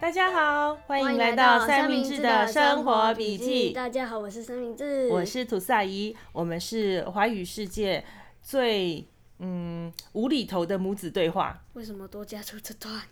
大家好，欢迎来到三明治的生活笔记。大家好，我是三明治，我是吐司阿姨，我们是华语世界最嗯无厘头的母子对话，为什么多加出这段？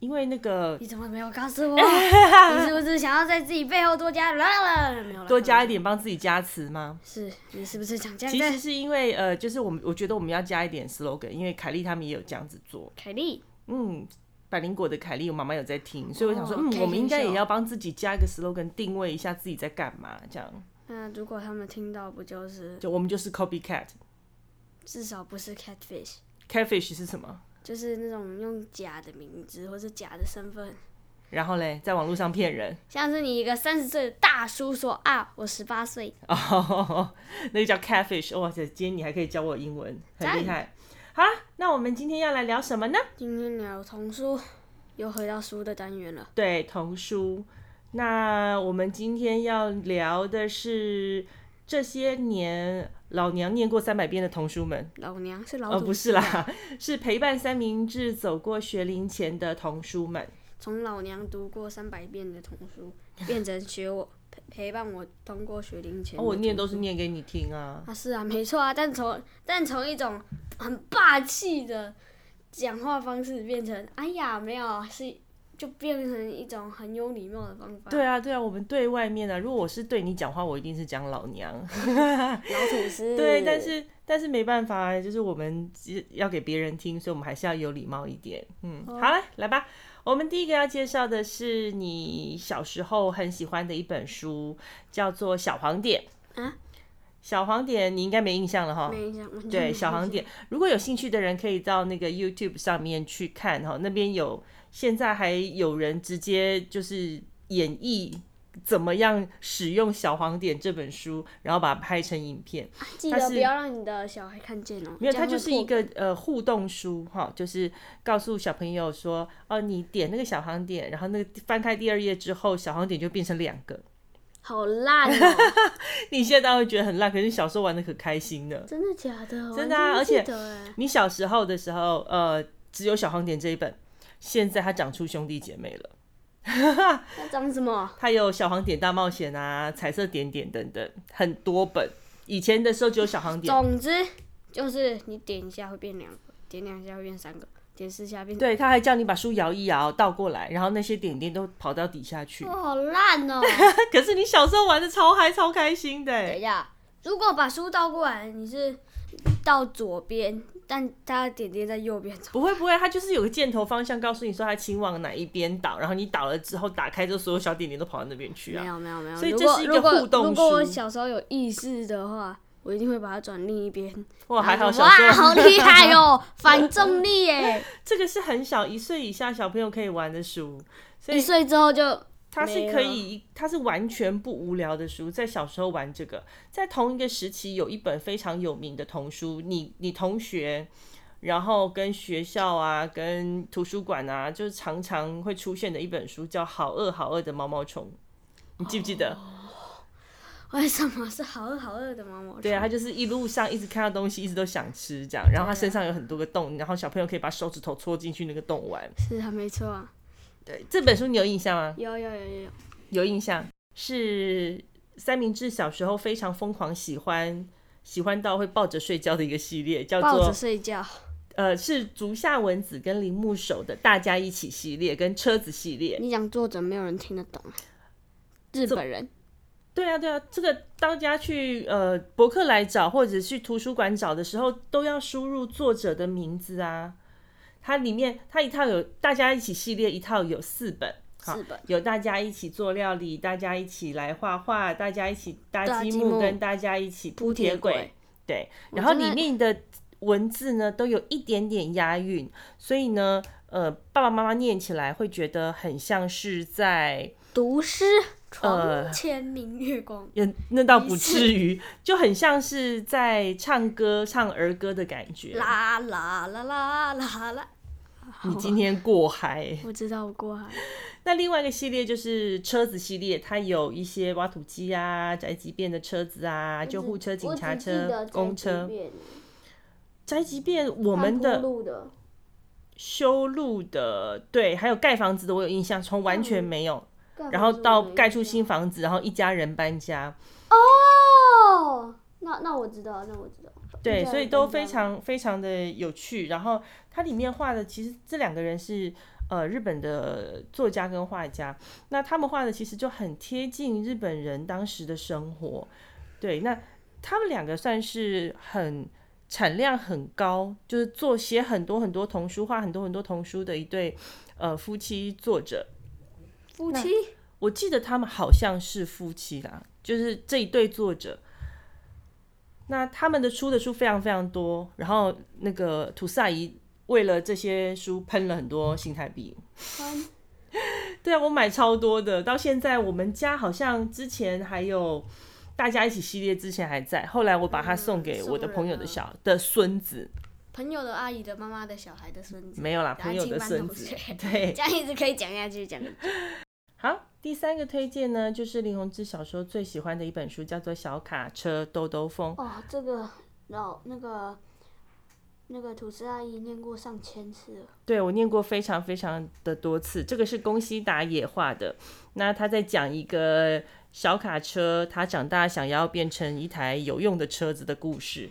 因为那个你怎么没有告诉 我？你是不是想要在自己背后多加啦啦？没有啦多加一，点帮自己加词吗？是你是不是想加其一实点？是因为呃，就是我们我觉得我们要加一点 slogan，因为凯莉他们也有这样子做。凯莉，嗯，百灵果的凯莉，我妈妈有在听，所以我想说，哦嗯，开我们应该心也秀要帮自己加一个 slogan，定位一下自己在干嘛，这样那如果他们听到，不就是就我们就是 copycat。至少不是 catfish， catfish 是什么？就是那种用假的名字或者假的身份，然后嘞，在网络上骗人。像是你一个三十岁的大叔说啊，我十八岁，哦， 那个叫 catfish。哇塞，今天你还可以教我英文，很厉害。好啦，那我们今天要来聊什么呢？今天聊童书，又回到书的单元了。对，童书。那我们今天要聊的是这些年老娘念过三百遍的童书们。老娘是老啊呃，祖不是宗啦， 是陪伴三明治走过学龄前的童书们。从老娘读过三百遍的童书，变成学我陪陪伴我通过学龄前哦，的童书、我念都是念给你听啊。啊，是啊，没错啊，但从但从一种很霸气的讲话方式变成，哎呀，没有啊，是就变成一种很有礼貌的方法。对，啊，对啊，我们对外面啊，如果我是对你讲话，我一定是讲老娘。老土 司。对，但是但是没办法，就是我们只要给别人听，所以我们还是要有礼貌一点。嗯，好了，来吧。我们第一个要介绍的是你小时候很喜欢的一本书，叫做《小黄点》。啊，小黄点你应该没印象了哈。没印象，完全没对，印小象航点，如果有兴趣的人可以到那个 YouTube 上面去看哈，那边有现在还有人直接就是演绎怎么样使用《小黄点》这本书，然后把它拍成影片。啊记它得是不要让你的小孩看见哦。没有，这它样就会是破一个呃互动书哈，就是告诉小朋友说，哦，你点那个小黄点，然后那个翻开第二页之后，小黄点就变成两个。 好烂哦，你现在当然会觉得很烂，可是小时候玩的可开心呢。真的假的？我真的完啊全而不记得哎你小时候的时候，呃，只有小黄点这一本，现在它长出兄弟姐妹了。那长什么？它有小黄点大冒险啊、彩色点点等等，很多本。以前的时候只有小黄点，总之就是你点一下会变两个，点两下会变三个，点四下变。对，他还叫你把书摇一摇，倒过来，然后那些点点都跑到底下去哦，。好烂哦！ 可是你小时候玩的超嗨、超开心的等欸。一下，如果把书倒过来，你是到左边，但它的点点在右边走。不会不会，它就是有个箭头方向，告诉你说它请往哪一边倒，然后你倒了之后打开之后，所有小点点都跑到那边去没啊。有没有没有，所以如这果是一个如果互动如果我书小时候有意识的话，我一定会把它转另一边。哇，还好小时哇，候哎好厉害哦，反重力耶！ 这个是很小一岁以下小朋友可以玩的书， 所一以岁之后就它是没可了以，它是完全不无聊的书。在小时候玩这个，在同一个时期有一本非常有名的童书，你你同学，然后跟学校啊，跟图书馆啊，就是常常会出现的一本书，叫《好饿好饿的毛毛虫》，你记不记得？为什么是好饿好饿的毛毛虫？对啊，他就是一路上一直看到东西，一直都想吃这样，然后他啊身上有很多个洞，然后小朋友可以把手指头戳进去那个洞 玩。是啊，没错啊，对，这本书你有印象吗？有有有有有，有印象，是三明治小时候非常疯狂喜欢，喜欢到会抱着睡觉的一个系列，叫抱着做睡觉。呃是竹下文子跟铃木守的大家一起系列跟车子系列。你讲作者没有人听得懂，啊日本人对啊，对啊，这个大家去呃博客来找或者去图书馆找的时候，都要输入作者的名字啊。它里面它一套有大家一起系列，一套有四本。好四本有大家一起做料理，大家一起来画画，大家一起搭搭积积木，木跟大家一起铺铁铁轨，对，我然后真里的面的文字呢都有一点点押韵，所以呢，呃，爸爸妈妈念起来会觉得很像是在，读诗呃床前明月光，也那倒疑不似至于，就很像是在唱歌、唱儿歌的感觉。啦啦啦啦啦啦。你今天过嗨、我知道我过海，那另外一个系列就是车子系列，它有一些挖土机啊、宅急便的车子啊、救护车、警察车、公车。宅急便，我们的路的修路的，对，还有盖房子的，我有印象，从完全没有，干然嘛后这么到有盖印出象新房子，然后一家人搬家，哦，那那我知道，那我知道。对，家所以人都搬非家常非常的有趣。然后它里面画的，其实这两个人是呃日本的作家跟画家，那他们画的其实就很贴近日本人当时的生活。对，那他们两个算是很产量很高，就是做写很多很多童书，画很多很多童书的一对呃夫妻作者。夫那妻我记得他们好像是夫妻啦，就是这一对作者。那他们的出的书非常非常多，然后那个土萨姨为了这些书喷了很多新台币。穿对啊，我买超多的，到现在我们家好像之前还有大家一起系列之前还在，后来我把它嗯送给我的送人啊朋友的了小的孙子，朋友的阿姨的妈妈的小孩的孙子，没有啦，然 后朋友进的班孙同子学， 对 这，样一直可以讲下去讲。好，第三个推荐呢，就是林宏志小时候最喜欢的一本书，叫做《小卡车兜兜风》。哦，这个老那个那个吐司阿姨念过上千次了。对我念过非常非常的多次，这个是宫西达也画的。那他在讲一个小卡车，他长大想要变成一台有用的车子的故事。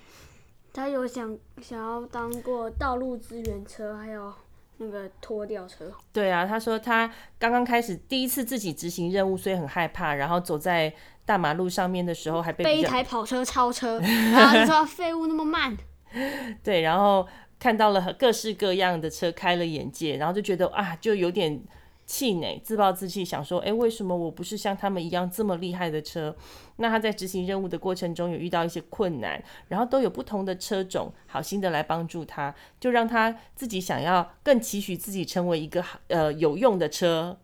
她有想想要当过道路支援车，还有那个拖吊车。对啊，他说他刚刚开始第一次自己执行任务，所以很害怕，然后走在大马路上面的时候还被被比一较台跑车 超车，然后就说废物那么慢，对，然后看到了各式各样的车，开了眼界，然后就觉得啊，就有点气馁、自暴自弃，想说，哎，为什么我不是像他们一样这么厉害的车？那他在执行任务的过程中有遇到一些困难，然后都有不同的车种好心的来帮助他，就让他自己想要更期许自己成为一个好呃有用的车，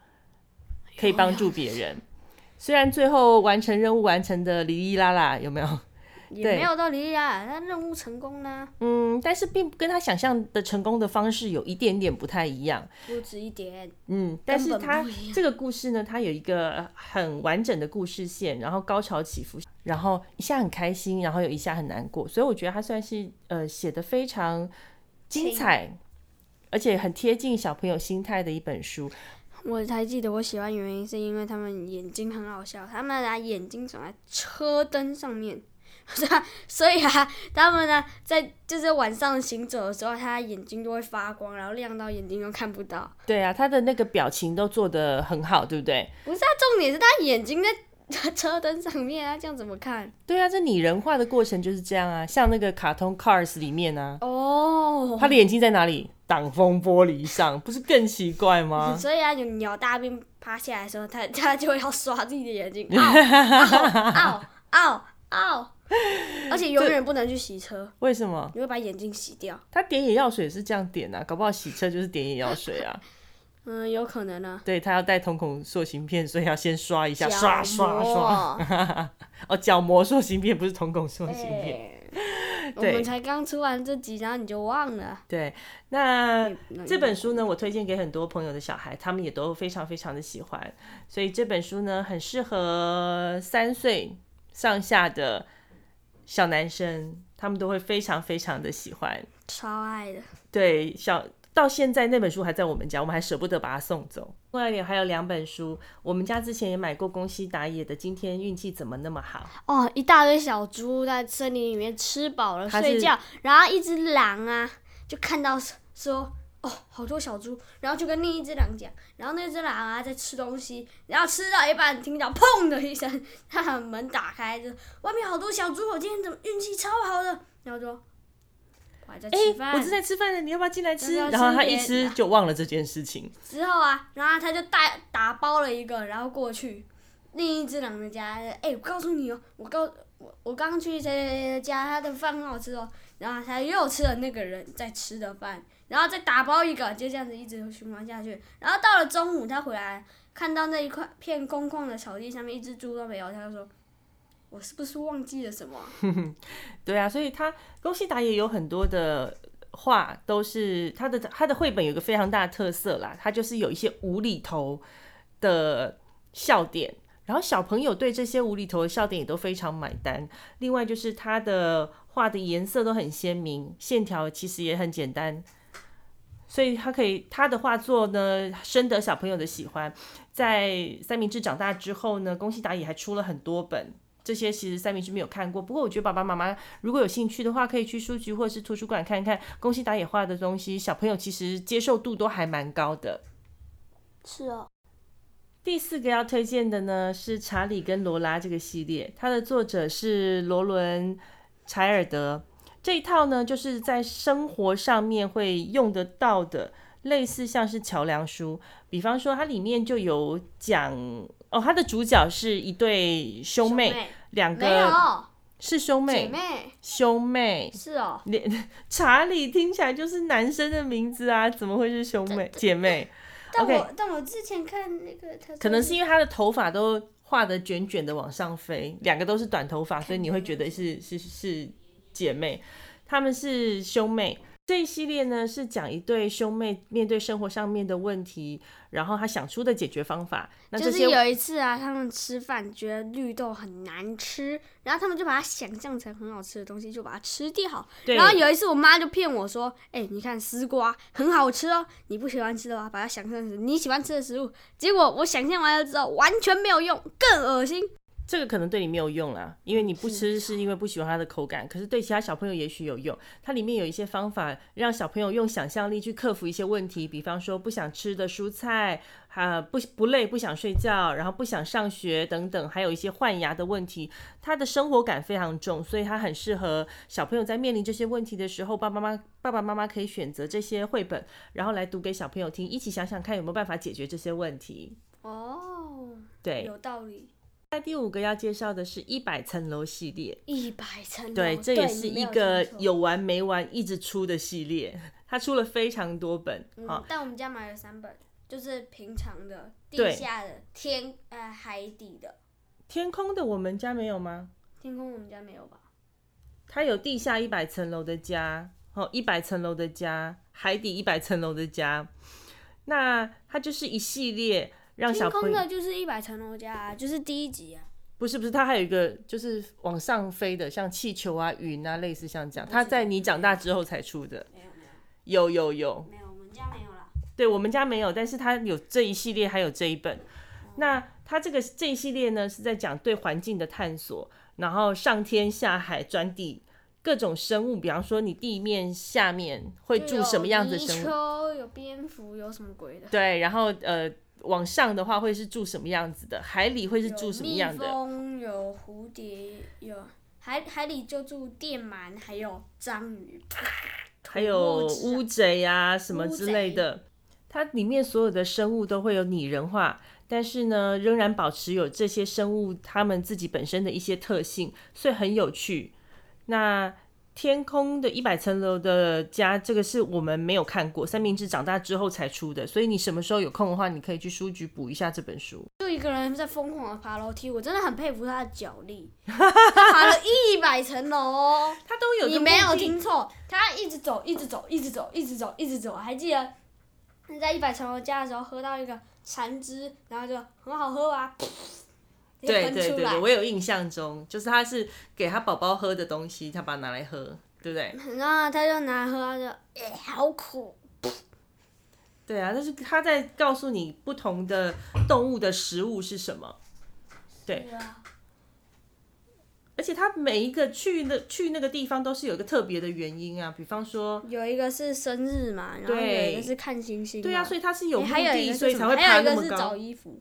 可以帮助别人。虽然最后完成任务完成的哩哩啦啦，有没有？也对没有道理啊，那任务成功呢，嗯，但是并不跟他想象的成功的方式有一点点不太一样。不止一点。嗯，但是根本它不一样这个故事呢，它有一个很完整的故事线，然后高潮起伏，然后一下很开心，然后有一下很难过，所以我觉得它算是呃写的非常精亲彩，而且很贴近小朋友心态的一本书。我才记得我喜欢原因是因为他们眼睛很好笑，他们把眼睛长在车灯上面， 所以啊所以啊，他们呢在就是晚上行走的时候，他眼睛就会发光，然后亮到眼睛都看不到。对啊，他的那个表情都做得很好，对不对？不是啊，重点是他眼睛在车灯上面啊，这样怎么看？对啊，这拟人化的过程就是这样啊，像那个卡通 Cars 里面啊，哦，他的眼睛在哪里？挡风玻璃上，不是更奇怪吗？ 所以啊，有鸟大便趴下来的时候，他他就要刷自己的眼睛，哦嗷嗷嗷嗷，哦而且永远不能去洗车，为什么？你会把眼睛洗掉。他点眼药水是这样点啊，搞不好洗车就是点眼药水 啊。嗯，有可能啊。对他要带瞳孔塑形片，所以要先刷一下，角刷刷刷。 膜，哦，角膜塑形片不是瞳孔塑形哎片。对，我对们才刚出完这集，然后你就忘了。对，那那这本书呢，我推荐给很多朋友的小孩，他们也都非常非常的喜欢，所以这本书呢，很适合三岁上下的小男生，他们都会非常非常的喜欢。超爱的，对，小到现在那本书还在我们家，我们还舍不得把它送走。另外一点还有两本书，我们家之前也买过宫西达也的《今天运气怎么那么好》，哦，一大堆小猪在森林里面吃饱了它是睡觉，然后一只狼啊，就看到说。哦，好多小猪，然后就跟另一只狼讲，然后那只狼啊在吃东西，然后吃到一半听到砰的一声， 他把门打开，就外面好多小猪，我今天怎么运气超好的？然后说我还在哎吃饭，我正在吃饭呢，你要不要进来吃？要不然要后吃他别一的吃就忘了这件事情。之后啊，然后他就带打包了一个，然后过去另一只狼的家。哎、我告诉你哦，我告我我刚去谁谁谁的家，他的饭很好吃哦。然后他又吃了那个人在吃的饭，然后再打包一个，就这样子一直循环下去。然后到了中午，他回来看到那一块片空旷的草地上面一只猪都没有，他就说：“我是不是忘记了什么啊？对啊，所以他宫西达也有很多的画，都是他的他的绘本有一个非常大的特色啦，他就是有一些无厘头的笑点，然后小朋友对这些无厘头的笑点也都非常买单。另外就是他的画的颜色都很鲜明，线条其实也很简单。所以他可以他的画作呢深得小朋友的喜欢。在三明治长大之后呢，宫西达也还出了很多本。这些其实三明治没有看过，不过我觉得爸爸妈妈如果有兴趣的话，可以去书局或者是图书馆看看宫西达也画的东西，小朋友其实接受度都还蛮高的。是哦，第四个要推荐的呢是《查理跟罗拉》这个系列，它的作者是罗伦·柴尔德。这一套呢，就是在生活上面会用得到的，类似像是桥梁书。比方说，它里面就有讲哦，它的主角是一对兄妹，两没有个是兄姐妹，妹兄妹。是哦，查理听起来就是男生的名字啊，怎么会是兄妹姐妹？但 OK 我但我之前看那个他 可能是因为他的头发都画的卷卷的往上飞，两个都是短头发，所以你会觉得是是是姐妹，她们是兄妹。这一系列呢是讲一对兄妹面对生活上面的问题，然后他想出的解决方法。那就这是些有一次啊，他们吃饭觉得绿豆很难吃，然后他们就把它想象成很好吃的东西，就把它吃掉。对然后有一次，我妈就骗我说：“哎、你看丝瓜很好吃哦，你不喜欢吃的话，把它想象成你喜欢吃的食物。”结果我想象完了之后，完全没有用，更恶心。这个可能对你没有用啦，因为你不吃是因为不喜欢它的口感，可是对其他小朋友也许有用。它里面有一些方法让小朋友用想象力去克服一些问题，比方说不想吃的蔬菜，啊、不不累不想睡觉，然后不想上学等等，还有一些换牙的问题。它的生活感非常重，所以它很适合小朋友在面临这些问题的时候，爸爸妈妈爸爸妈妈可以选择这些绘本，然后来读给小朋友听，一起想想看有没有办法解决这些问题。哦，对，有道理。那第五个要介绍的是一百层楼系列。一百层楼，对，这也是你没一有个听错有完没完一直出的系列， 它出了非常多本啊嗯。，但我们家买了三本，就是平常的、地对下的、天呃海底的。天空的我们家没有吗？天空我们家没有吧？它有地下一百层楼的家，哦，一百层楼的家，海底一百层楼的家。那它就是一系列让小天朋空友的就是一百层楼家、啊，就是第一集啊。不是不是，它还有一个就是往上飞的，像气球啊、云啊，类似像这样。它在你长大之后才出的，没有没有有有有。没有，我们家没有啦。对我们家没有，但是它有这一系列，还有这一本。那它这个这一系列呢，是在讲对环境的探索，然后上天下海钻地，各种生物，比方说你地面下面会就住有什么样子的泥生物，鳅有蝙蝠，有什么鬼的？对，然后呃往上的话会是住什么样子的，海里会是住什么样有蜜的，蜂，有蝴蝶，有海海里就住电鳗，还有章鱼。还有土木乌之贼啊什么之类的。它里面所有的生物都会有拟人化，但是呢，仍然保持有这些生物它们自己本身的一些特性，所以很有趣。那天空的一百层楼的家，这个是我们没有看过，三明治长大之后才出的，所以你什么时候有空的话，你可以去书局补一下这本书。就一个人在疯狂的爬楼梯，我真的很佩服他的脚力，他爬了一百层楼哦。它都有你没有听错，他一直走，一直走，一直走，一直走，一直走。还记得你在一百层楼家的时候喝到一个橙汁，然后就很好喝啊，噗直接对喷对出对来对，。我有印象中，就是它是给他宝宝喝的东西，他把它拿来喝，对不对？然后他就拿喝，他就哎、好苦。对啊，但是他在告诉你不同的动物的食物是什么，对，啊，而且他每一个去的去那个地方都是有一个特别的原因啊，比方说，有一个是生日嘛，然后有一个是看星星嘛。对啊，所以他是有哎目还有的，一个是所以什才么会还爬有一那个么是找高。衣服，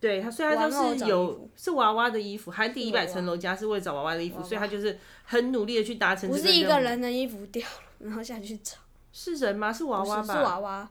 对，他所以他玩偶都找是衣有服是娃娃的衣服，海底一百层楼家是为了找娃娃的衣娃服，娃所以他就是很努力的去达成不这是一个任务人的衣服掉了，然后下去找。是人吗？是娃不是娃吧？是娃娃，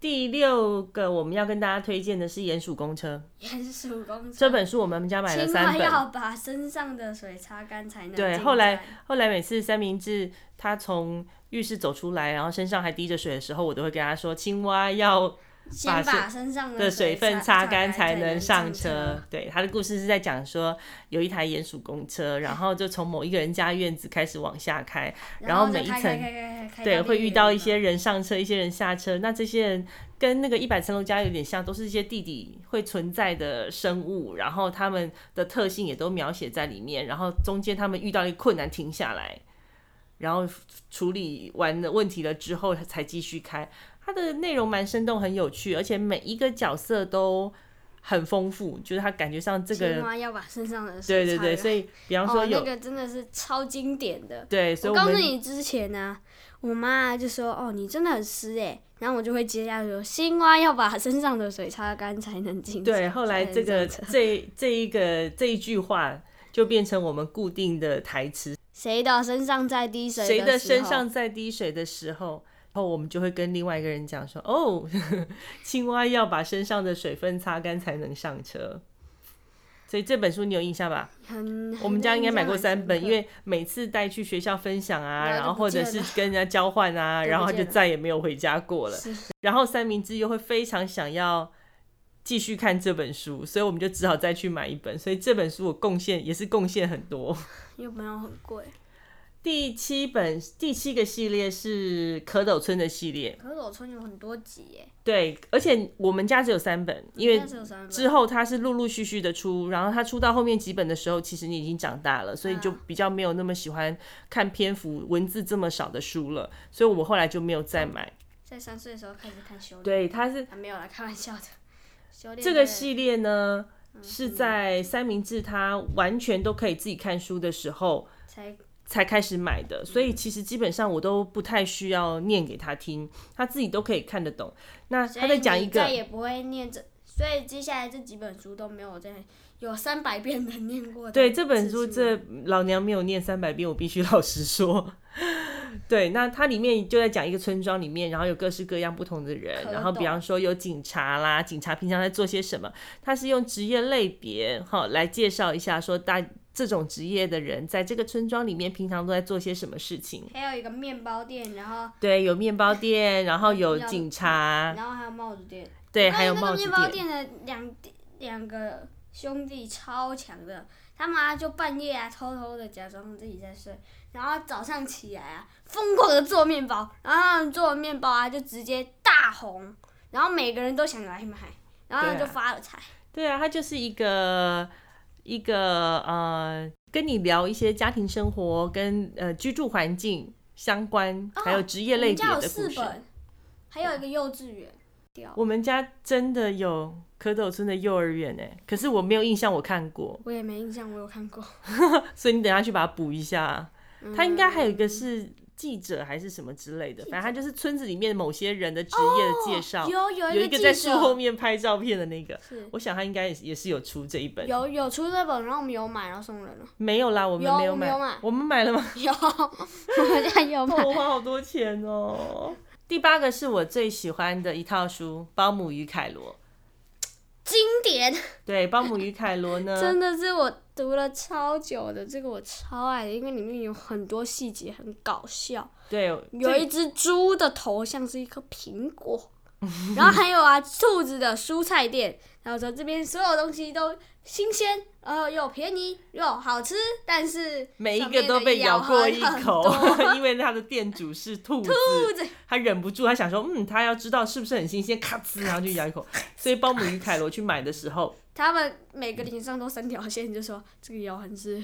第六个我们要跟大家推荐的是《鼹鼠公车》也是手工。这本书，我们家买了青三蛙本。要把身上的水擦干才能对进后来餐后来每次三明治他从浴室走出来，然后身上还滴着水的时候，我都会跟他说：“青蛙要先把身上的水分擦嗯擦干才才能上上车。”对，他的故事是在讲说，有一台鼹鼠公车，然后就从某一个人家院子开始往下开，然后就每一开层开开开开对，到会地遇狱到了一些人上车，一些人下车。那这些人跟那个一百层楼家有点像，都是一些地底会存在的生物，然后他们的特性也都描写在里面。然后中间他们遇到一个困难，停下来，然后处理完了问题了之后才继续开。它的内容蛮生动，很有趣，而且每一个角色都很丰富，就是它感觉上这青个，蛙要把身上的水对对擦对，干所以比方说哦，有、那个真的是超经典的。对，所以我我告诉们你之前呢、我妈就说：“哦，你真的很湿哎。”然后我就会接下去说：“青蛙要把身上的水擦干才能进。”对，后来才能这个上车这这一个这一句话就变成我们固定的台词，谁的身上在滴水？谁的的时身候上在滴水的时候，然后我们就会跟另外一个人讲说：“哦， 青蛙要把身上的水分擦干才能上车。”所以这本书你有印象吧？很？我们家应该买过三本，因为为每次带去学校分享啊，然后然后就或不见者是跟人家交换 啊，就然后不他就见了再也没有回家过了。是然后三明治又会非常想要继续看这本书，所以我们就只好再去买一本。所以这本书我贡献也是贡献很多。又没有很贵。第七本第七个系列是蝌蚪村的系列，可是我村有很多集耶，对，而且我们家只有三本，因应该为只有三本之后它是陆陆续续的出，然后它出到后面几本的时候，其实你已经长大了，所以就嗯比较没有那么喜欢看篇幅文字这么少的书了，所以我们后来就没有再买。在三岁的时候开始看修炼，对，它是还没有来开玩笑的。修炼这个在系列呢，嗯是在三明治他完全都可以自己看书的时候嗯才才开始买的，所嗯以其实基本上我都不太需要念给他听，他自己都可以看得懂。那所他以在讲你一个再，也不会念这，所以接下来这几本书都没有再有三百遍的念过的次数。对这本书，这老娘没有念三百遍，我必须老实说。 对，那它里面就在讲一个村庄里面，然后有各式各样不同的人，蝌然后比蚪方说有警察啦，警察平常在做些什么，它是用职业类别哈来介绍一下，说大这种职业的人在这个村庄里面平常都在做些什么事情。还有一个面包店，然后对，有面包店，然后有要警察，然后还有帽子店，对，那还有那个帽子面包店。店的两两个兄弟超强的，他妈就半夜啊偷偷的假装自己在睡，然后早上起来啊疯狂的做面包，然后他们做完面包啊就直接大红，然后每个人都想来买，然后对啊就发了财。对啊，他就是一个一个呃，跟你聊一些家庭生活跟呃居住环境相关，还有职业哦我类别们家有的故四事。本，还有一个幼稚园。掉，我们家真的有蝌蚪村的幼儿园哎，可是我没有印象我看过，我也没印象，我有看过。所以你等一下去把它补一下。他应嗯该还有一个是记者还是什么之类的，反正他就是村子里面某些人的职业的介绍，哦有有有一一个个记在树者后面拍照片的那个。是我想他应该也是也是有出这一本，有有出这本，然后我们有买，然后送人了。 没有啦，我们有没我买，们有买我们买了吗？ 有，我们家有买。哦我花好多钱哦。第八个是我最喜欢的一套书《包姆与凯罗》。经典，对，《包姆与凯罗》呢 真，的是我读了超久的，这个我超爱的，因为里面有很多细节很搞笑。对，有一只猪的头像是一颗苹 果，然后还有啊兔子的蔬菜店，然后说这边所有东西都新鲜，然后又便宜又好吃，但是每一上个面都的被咬咬过痕一很口， 多因为它的店主是兔子，兔子他忍不住，他想说，嗯，他要知道是不是很新鲜，咔呲，然后就咬一口。所以包姆与凯罗去买的时候，他们每个脸上都三条线，就说这个咬痕是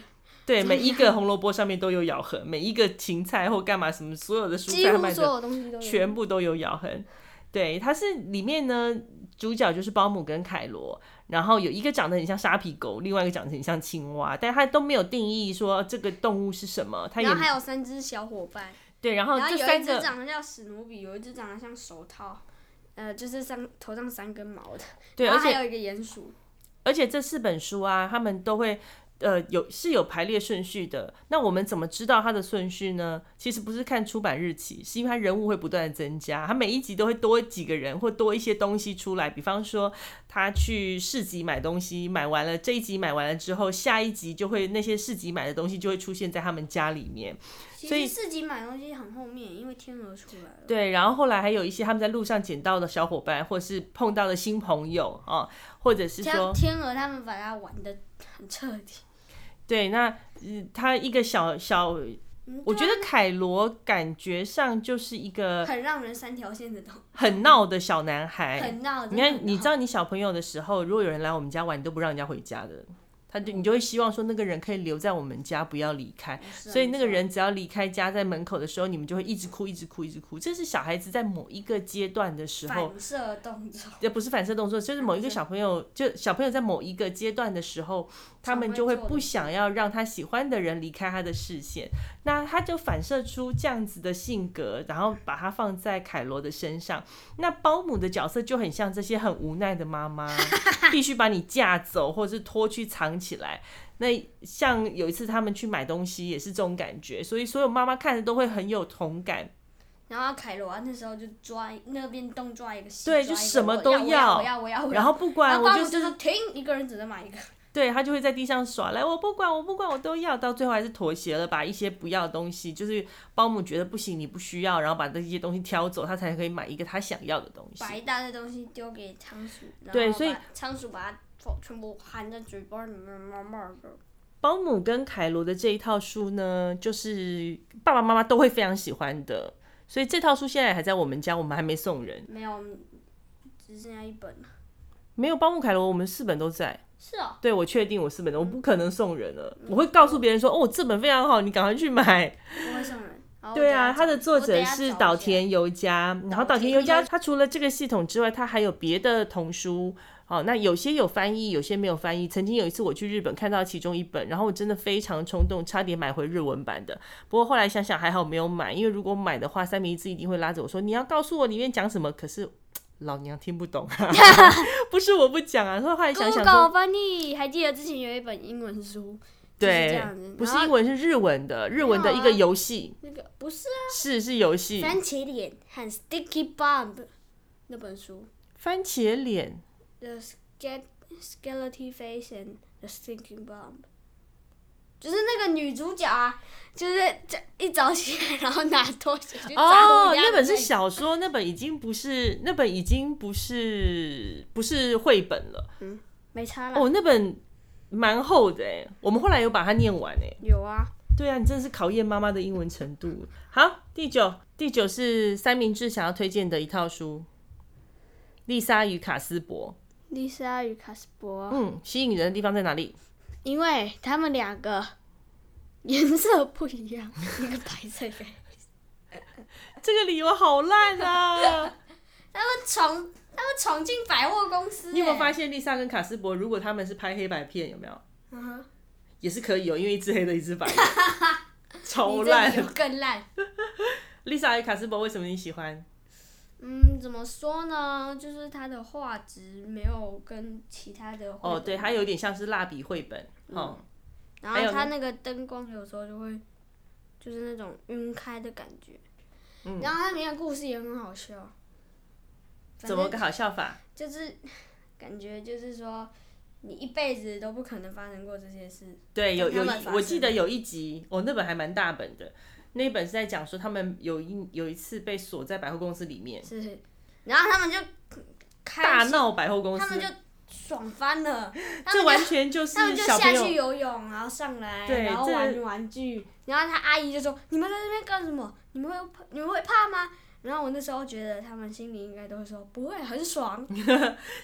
对每一个红萝卜上面都有咬痕，每一个芹菜或干嘛什么，所有的蔬几菜乎卖所的有东西都有。全部都有咬痕。对，它是里面呢，主角就是保姆跟凯罗，然后有一个长得很像沙皮狗，另外一个长得很像青蛙，但它都没有定义说这个动物是什么，它也然后还有三只小伙伴，对，然后然后这有三一只个长得像史努比，有一只长得像手套，呃，就是三头上三根毛的，对，然而后还且有一个鼹鼠，而且这四本书啊，他们都会。呃，有是有排列顺序的。那我们怎么知道它的顺序呢？其实不是看出版日期，是因为它人物会不断的增加，它每一集都会多几个人或多一些东西出来。比方说，他去市集买东西，买完了这一集买完了之后，下一集就会那些市集买的东西就会出现在他们家里面。其所以实四级买东西很后面，因为天鹅出来了。对，然后后来还有一些他们在路上捡到的小伙伴，或是碰到的新朋友啊、或者是像说，天鹅他们把它玩的很彻底。对，那、呃、他一个小小，嗯我觉对得凯罗感觉上就是一啊个很让人三条线的东，很闹的小男孩。很闹。哎你真的很看，你闹知道你小朋友的时候，如果有人来我们家玩，你都不让人家回家的。他就你就会希望说那个人可以留在我们家，不要离开。是啊哎所以那个人只要离开家，在门口的时候，你们就会一直哭，一直哭，一直哭。这是小孩子在某一个阶段的时候，反射动作，也呃不是反射动作，就是某一个小朋友，就小朋友在某一个阶段的时候，他们就会不想要让他喜欢的人离开他的视线，那他就反射出这样子的性格，然后把它放在凯罗的身上。那保姆的角色就很像这些很无奈的妈妈，必须把你架走，或者是拖去藏起来。那像有一次他们去买东西也是这种感觉，所以所有妈妈看着都会很有同感。然后凯罗安那时候就抓那边东抓一个西，对抓一个就什么都我要，要我要，我要，我要。然后不哦然管后我保就姆就是说停，一个人只能买一个。对他就会在地上耍赖，我不管，我不管，我都要。到最后还是妥协了，把一些不要的东西，就是保姆觉得不行，你不需要，然后把这些东西挑走，他才可以买一个他想要的东西。把一大堆东西丢给仓鼠，然后对把所以仓鼠把它全全部含在嘴巴里面，慢慢的。保姆跟凯罗的这一套书呢，就是爸爸妈妈都会非常喜欢的，所以这套书现在还在我们家，我们还没送人。没有，只剩下一本了。没有保姆凯罗，我们四本都在。是哦，对，我确定我四本都，我不可能送人了。我会告诉别人说，哦，这本非常好，你赶快去买。不会送人。好我对哦等啊，下它的找作我等者下是找岛一下。田由佳，然后岛岛田田由由佳佳，它除了这个系统之外，它还有别的童书。好，那有些有翻译，有些没有翻译。曾经有一次我去日本看到其中一本，然后我真的非常冲动，差点买回日文版的。不过后来想想还好没有买，因为如果买的话，三明治一定会拉着我说你要告诉我里面讲什么。可是老娘听不懂、啊， 不是我不讲啊。所以后来想想说 Google 翻译，还记得之前有一本英文书，就是这对样子，不是然后英文是日文的，日文的一个没有啊游戏，那个不是是是游戏，番茄脸和 Sticky Bomb 那本书番茄脸。 ，The Sket Skeleton Face and the Sticky Bomb，就是那个女主角啊，就是这一早起来，然后拿拖鞋去砸哦，人家的那本是那个小说，那本已经不是，那本已经不是不是绘本了。没差了。哦，那本蛮厚的哎，我们后来有把它念完哎。有啊，对啊，你真的是考验妈妈的英文程度。好，第九，第九是三明治想要推荐的一套书，《丽莎与卡斯伯》。丽莎与卡斯伯，嗯，吸引人的地方在哪里？因为他们两个颜色不一样，一个白色，一个黑色这个理由好烂啊！ 他们闯，他们闯进百货公司、你有没有欸发现，丽莎跟卡斯伯如果他们是拍黑白片，有没有嗯哼也是可以哦，因为一只黑的，一只白的，你超这烂理。由更烂。 Lisa 还有卡斯伯为什么你喜欢？嗯，怎么说呢？就是它的画质没有跟其他的哦，绘对，本它有点像是蜡笔绘本，嗯哦，然还后有它那个灯光有时候就会就是那种晕开的感觉。嗯然后它里面的故事也很好笑，反怎么正个好笑法？就是感觉就是说你一辈子都不可能发生过这些事。对，有跟他有们一发，生我记得有一集，哦，那本还蛮大本的，那一本是在讲说他们有一有一次被锁在百货公司里面，是，然后他们就开大心，闹百货公他司们就，爽翻了， 他这们完就全就是他们就小朋下去友。游泳，然后上来，对然后这玩玩具，然后他阿姨就说：“你们在那边干什么？你们会怕你们会怕吗？”然后我那时候觉得他们心里应该都会说不会，很爽。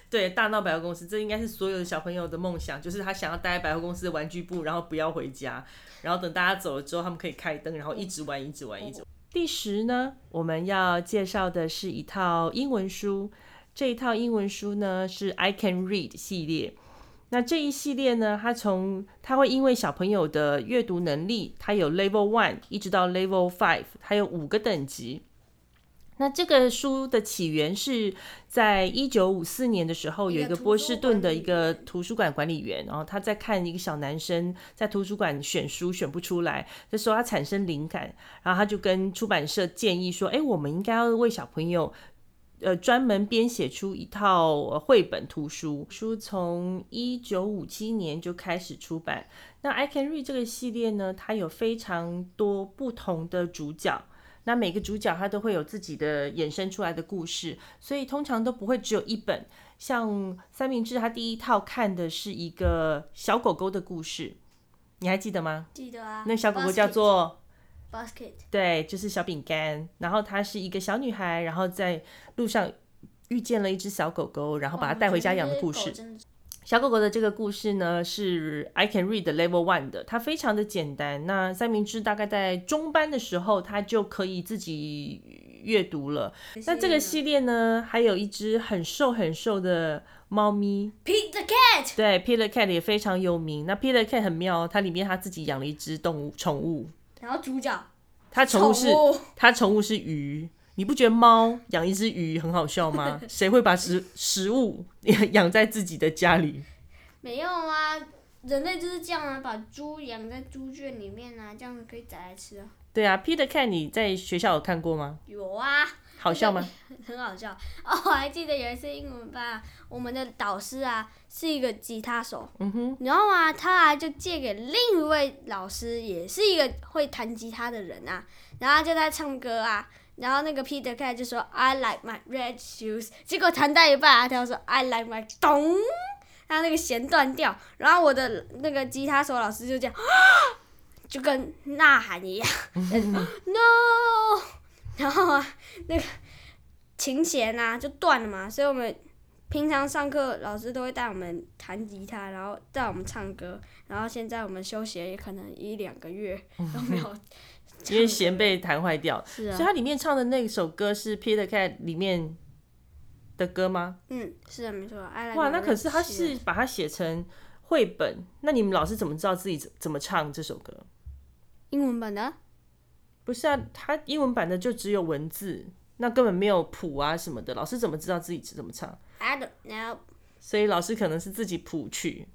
对，大闹百货公司，这应该是所有的小朋友的梦想，就是他想要待在百货公司的玩具部，然后不要回家，然后等大家走了之后，他们可以开灯，然后一直玩，一直玩，一嗯直玩。第十呢，我们要介绍的是一套英文书，这一套英文书呢是《I Can Read》系列。那这一系列呢，它从它会因为小朋友的阅读能力，它有 Level One 一直到 Level Five，它有五个等级。那这个书的起源是在一九五四年的时候，一有个一个图波书士管顿的理一个员图书馆管理员，然后他在看一个小男生在图书馆选书选不出来，这时候他产生灵感，然后他就跟出版社建议说：“哎，我们应该要为小朋友呃专门编写出一套呃绘本图书，书从一九五七年就开始出版。那《I Can Read》这个系列呢，它有非常多不同的主角。那每个主角他都会有自己的衍生出来的故事，所以通常都不会只有一本。像三明治，他第一套看的是一个小狗狗的故事，你还记得吗？记得啊，那小狗狗叫做 Basket，对，就是小饼干。然后她是一个小女孩，哦哦然后在路上遇见了一只小狗狗，然后把它带回家养的故事。小狗狗的这个故事呢，是 I Can Read Level One 的，它非常的简单。那三明治大概在中班的时候，它就可以自己阅读了。那这个系列呢，还有一只很瘦很瘦的猫咪， Pete the Cat，对，Peter Cat 也非常有名。那 Peter Cat 很妙哦，它里面它自己养了一只动物宠物，然后主角它宠物是宠物它宠物是鱼。你不觉得猫养一只鱼很好笑 吗？谁会把食食物 养在自己的家里？没有啊，人类就是这样啊，把猪养在猪圈里面啊，这样子可以宰来吃啊。对啊，Peter Cat 你在学校有看过吗？有啊，好笑吗？ 很好笑哦！我还记得有一次英文班、啊，我们的导师啊是一个吉他手，嗯哼，然后啊他啊就借给另一位老师，也是一个会弹吉他的人啊，然后他就在唱歌啊，然后那个 Peter Cat 就说 I like my red shoes，结果弹到一半啊，他就说 I like my 咚，他那个弦断掉，然后我的那个吉他手老师就这样， 啊就跟呐喊一样嗯 ，No，然后啊那个。琴弦啊就断了嘛，所以我们平常上课老师都会带我们弹吉他，然后带我们唱歌，然后现在我们休息了也可能一两个月都没有唱歌，因为弦被弹坏掉，是所以啊，它里面唱的那首歌是 Peter Cat 里面的歌吗？嗯，是啊，没错，爱来哇，那可是他是把它写成绘本，那你们老师怎么知道自己怎怎么唱这首歌？英文版的，不是啊，他英文版的就只有文字，那根本没有谱啊什么的，老师怎么知道自己是怎么唱？ I don't know，所以老师可能是自己谱曲。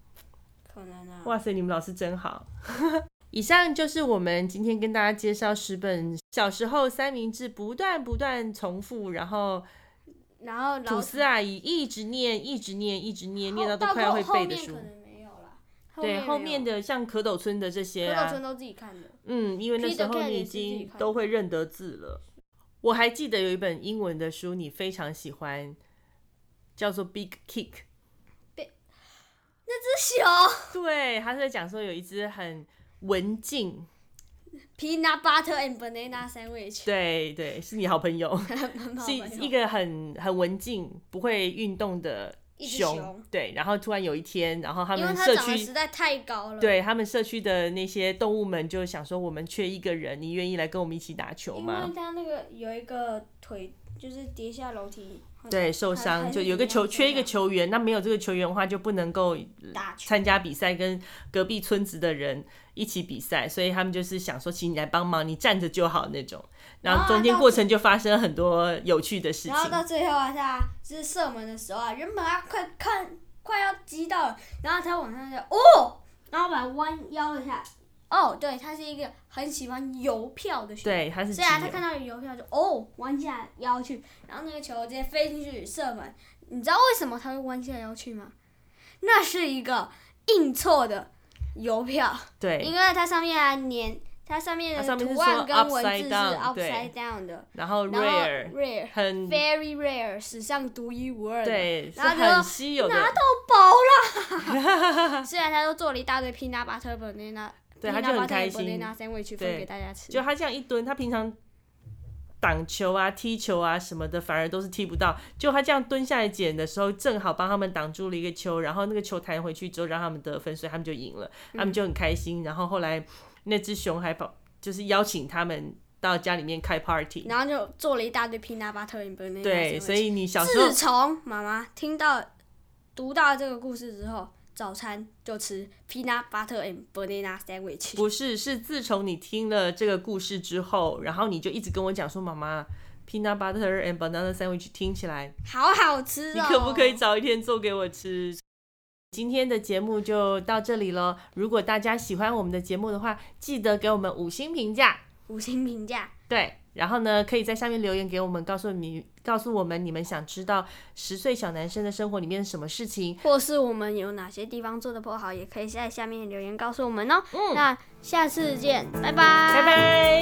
可能啊，哇塞，你们老师真好。 以上就是我们今天跟大家介绍十本小时候三明治不断不断重复，然后然后老吐司阿姨一直念、一直念、一直念，念都快要会背的后书面可。能没有啦，对，后面的的像可斗村的这些柯啊，道村都自己看的，嗯，因为那 Peter 时候 Pan 你也已是自己经看的都会认得字了。我还记得有一本英文的书，你非常喜欢，叫做《Big Kick》。这是熊对，他是在讲说有一只很文静， peanut butter and banana sandwich，对对，是你好朋友，很好是玩哦一个很很文静、不会运动的一只熊对，然后突然有一天，然后他因为们它社长得区实在太高了，对他们社区的那些动物们就想说，我们缺一个人，你愿意来跟我们一起打球因吗？为他那个有一个腿就是跌下楼梯，好像对，受还还伤是就有一怎个样球受缺一个伤球员，那没有这个球员的话就不能够打球，参加比赛，跟隔壁村子的人一起比赛，所以他们就是想说，请你来帮忙，你站着就好那种。然后啊中间到过程就发生很多有趣的事然后情。到最后啊，他就是射门的时候啊，原本啊快看快要击到了，然后他往上就哦，然后把它弯腰了一下，哦，对，他是一个很喜欢邮票的熊，，对，他是所以啊，基他友看到有邮票就哦弯下腰去，然后那个球直接飞进去射门，你知道为什么他会弯下腰去吗？那是一个印错的邮票。因对，为它上面啊粘，它上面它上的面是说图案跟文字 upside 是 down，对 upside down 的，然后然后 rare rare 很 very rare 史上独一无二的，对，是然后就很稀有的，到饱了。 虽然他都做了一大堆 peanut butter banana，对，他就很 peanut butter 开 and 心。 banana sandwich 分对给大家吃，就他这样一蹲，他平常挡球啊、踢球啊什么的，反而都是踢不到。就他这样蹲下来捡的时候，正好帮他们挡住了一个球，然后那个球弹回去之后，让他们得分，所以他们就赢了，他嗯们就很开心。然后后来那只熊还跑，就是邀请他们到家里面开 party。然后就做了一大堆 peanut butter and banana sandwich。对，所以你小时候自从妈妈听到读到这个故事之后，早餐就吃 peanut butter and banana sandwich。不是，是自从你听了这个故事之后，然后你就一直跟我讲说，妈妈。Peanut butter and banana sandwich 听起来好好吃哦！你可不可以早一天做给我吃？今天的节目就到这里了。如果大家喜欢我们的节目的话，记得给我们五星评价。五星评价？对，然后呢，可以在下面留言给我们，告诉你，告诉我们你们想知道十岁小男生的生活里面什么事情。或是我们有哪些地方做的嗯不好，也可以在下面留言告诉我们哦。那下次见，拜拜，嗯拜拜。